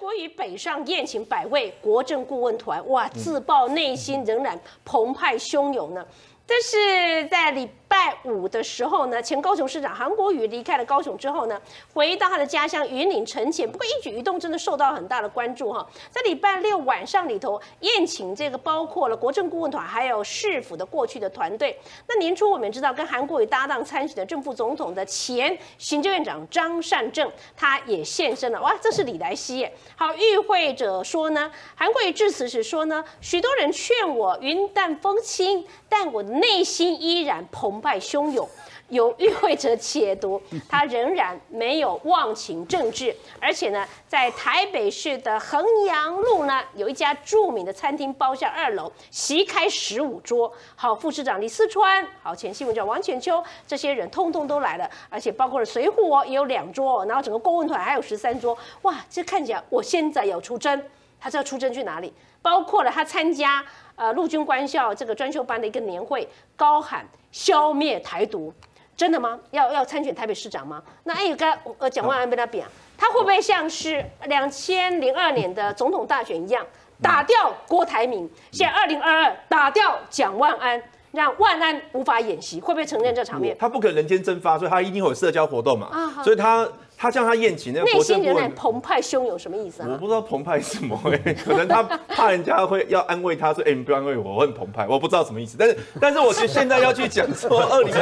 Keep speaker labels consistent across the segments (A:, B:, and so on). A: 对于北上宴请百位国政顾问团，哇，自曝内心仍然澎湃汹涌呢。但是在礼拜五的时候呢，前高雄市长韩国瑜离开了高雄之后呢，回到他的家乡云林沉潜。不过一举一动真的受到很大的关注哈。在礼拜六晚上里头，宴请这个包括了国政顾问团，还有市府的过去的团队。那年初我们知道，跟韩国瑜搭档参选的正副总统的前行政院长张善政，他也现身了。哇，这是李来希耶。好，与会者说呢，韩国瑜致辞时说呢，许多人劝我云淡风轻，但我的。内心依然澎湃汹涌，有与会者解读，他仍然没有忘情政治，而且呢，在台北市的衡阳路呢，有一家著名的餐厅包下二楼，席开十五桌。好，副市长李四川，好，前新闻长王浅秋，这些人通通都来了，而且包括了随扈哦，也有两桌、哦，然后整个顾问团还有十三桌。哇，这看起来我现在要出征，他知道出征去哪里？包括了他参加呃陆军官校这个专修班的一个年会，高喊消灭台独，真的吗？要要参选台北市长吗？那哎，刚呃蒋万安被他扁，他会不会像是两千零二年的总统大选一样，打掉郭台铭，现在二零二二打掉蒋万安？让万安无法演习，会不会承认这场面？
B: 他不可能人间蒸发，所以他一定会有社交活动嘛。啊、所以他他像他宴请那个
A: 内
B: 国
A: 心
B: 政顾
A: 仍然
B: 问，
A: 澎湃汹涌，什么意思
B: 我
A: 啊？
B: 不知道澎湃是什么、欸， 可能他怕人家会要安慰他说：“哎、你不要安慰我，我很澎湃。”我不知道什么意思，但是但是我觉得现在要去讲说二零，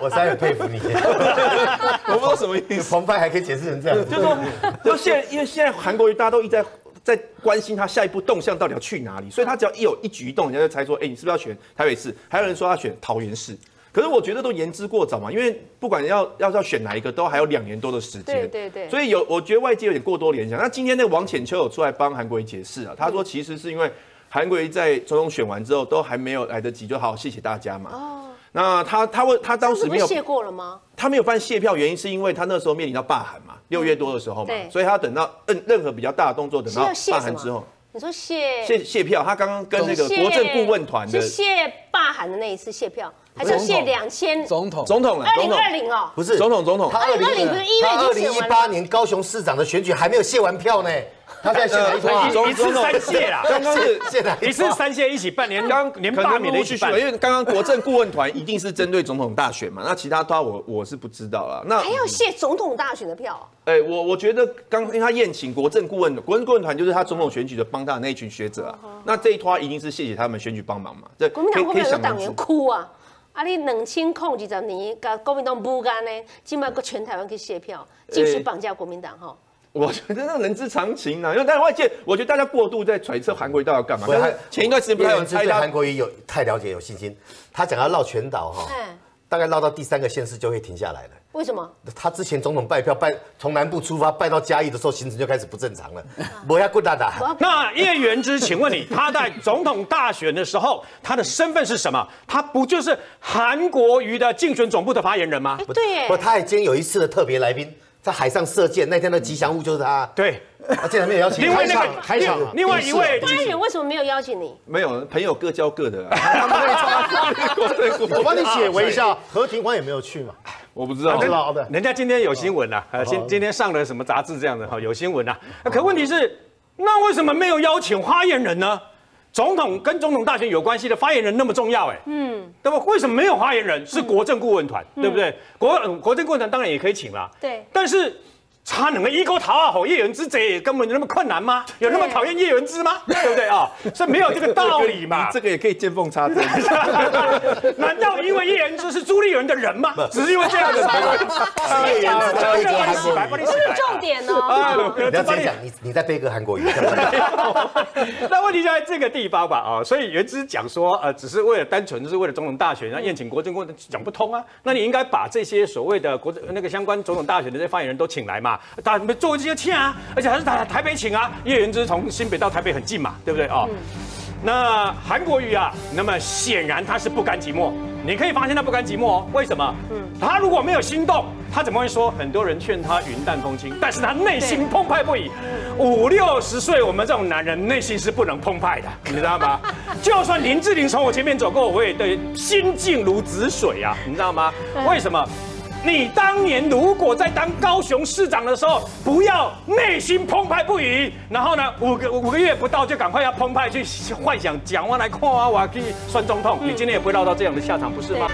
C: 我实在很佩服你，
B: 我不知道什么意思，
C: 澎湃还可以解释成这样。
B: 就是说，就现在因为现在韩国瑜大家都一直在。在关心他下一步动向到底要去哪里，所以他只要一有一举一动，人家就猜说，哎、你是不是要选台北市？还有人说要选桃园市，可是我觉得都言之过早嘛，因为不管要要要选哪一个，都还有两年多的时间。
A: 对对对
B: 所以有，我觉得外界有点过多联想。那今天那个王浅秋有出来帮韩国瑜解释啊，他
A: 嗯
B: 说其实是因为韩国瑜在总统选完之后都还没有来得及，就好谢谢大家嘛。哦。那他他问他当
A: 是
B: 时
A: 不
B: 没
A: 是
B: 有
A: 谢过了吗？
B: 他没有办卸票，原因是因为他那时候面临到罢韩嘛，六月多的时候嘛
A: 嗯对，
B: 所以他等到任任何比较大的动作，等
A: 是
B: 到
A: 要谢
B: 罢
A: 什
B: 韩之
A: 么
B: 后？
A: 你说谢
B: 卸卸票。他刚刚跟那个
A: 谢
B: 国政顾问团的
A: 是谢罢韩的那一次谢票，还是
C: 总统
A: 谢两千
D: 总统
B: 总统了，
A: 二
B: 总
A: 零
B: 统
A: 二零哦？
C: 不是
B: 总统总统
C: 他
A: 2020不是一月
C: 二
A: 已经
C: 零
A: 写
C: 一
A: 完了
C: 八年高雄市长的选举还没有卸完票呢，他现在卸哪一
B: 呃
C: 票
B: 总
E: 一次三谢 啦，
B: 刚刚是。
C: 卸哪一
E: 一次三谢一起办，连
B: 刚
E: 连
B: 啊可
E: 罢
B: 能
E: 免
B: 陆
E: 的
B: 陆
E: 一
B: 续
E: 起
B: 续
E: 办
B: 了，。因为刚刚国政顾问团一定是针对总统大选嘛，那其他他我我是不知道啦。那嗯
A: 还要谢总统大选的票哦，
B: 哎、我我觉得刚因为他宴请国政顾问，国政顾问团就是他总统选举的帮他的那一群学者啊，那这一拖一定是谢谢他们选举帮忙嘛，这
A: 哦国民
B: 可
A: 党
B: 以
A: 会不
B: 可
A: 会
B: 以
A: 有
B: 想而
A: 党
B: 知
A: 员。哭啊？啊，你冷清控几十年，跟国民党不干呢，今麦个全台湾去谢票，继
B: 哎
A: 续绑架国民党哈。
B: 我觉得那人之常情啊，因为但是外界，我觉得大家过度在揣测韩国瑜到底要干嘛。
C: 我
B: 但是前一段时间不太
C: 叶
B: 有
C: 文
B: 人
C: 之
B: 猜
C: 对
B: 他
C: 韩，国瑜有太了解有信心，他讲要绕全岛哈，
B: 哎
A: 嗯，
C: 大概绕到第三个县市就会停下来了。
A: 为什么？
C: 他之前总统拜票拜从南部出发拜到嘉义的时候，行程就开始不正常了。不要滚蛋的，
E: 那叶元之，请问你，他在总统大选的时候，他的身份是什么？他不就是韩国瑜的竞选总部的发言人吗
A: 哎？，对耶
C: 不，，他也今天有一次的特别来宾，在海上射箭那天的吉祥物就是他，
E: 对，
C: 他竟然没有邀请
E: 另外那
C: 他
E: 个开场，另外一位
A: 发言人为什么没有邀请你？
B: 没有朋友各交各的 啊、
C: 他们会抓
B: 国政顾问
C: 我帮你解围一下，何庭欢也没有去嘛，
B: 我不知道
C: 知。道的。
E: 人家今天有新闻啊，
C: 哦
E: 呃，今今天上了什么杂志这样的哈，有新闻啊。可问题是，那为什么没有邀请发言人呢？总统跟总统大选有关系的发言人那么重要，哎，嗯，对吧？为什么没有发言人？是国政顾问团，对不对？国呃国政顾问团当然也可以请啦，
A: 对
E: 但是。差两个一锅桃二吼叶元之贼根本就那么困难吗？有那么讨厌叶元之吗？对不对啊？所以没有这个道理 嘛。
B: 这个也可以见缝插针。
E: 难道因为叶元之是朱立伦的人吗？只是因为这 样子才会？
C: 谢谢
E: 这样子帮你洗白，帮你洗白。
A: 重点哦，
B: 啊
E: 哎，
C: 你
E: 不
C: 要这样讲，你你在背一个韩 国语，这样子
E: 那问题就在这个地方吧，啊，所以原之讲说，呃，只是为了单纯就是为了总统大选，那宴请国政顾问讲不通啊。那你应该把这些所谓的国政那个相关总统大选的这些发言人都请来嘛，打做这些请啊，而且还是打台北请啊。叶元之从新北到台北很近嘛，对不对哦？那韩国瑜啊，那么显然他是不甘寂寞，你可以发现他不甘寂寞哦。为什么？他如果没有心动，他怎么会说很多人劝他云淡风轻？但是他内心澎湃不已。五六十岁，我们这种男人内心是不能澎湃的，你知道吗？就算林志玲从我前面走过，我也对心静如止水啊，你知道吗？为什么？你当年如果在当高雄市长的时候，不要内心澎湃不已，然后呢，五个五个月不到就赶快要澎湃去幻想讲完来看啊，我去算总统，你今天也不会落到这样的下场，不是吗？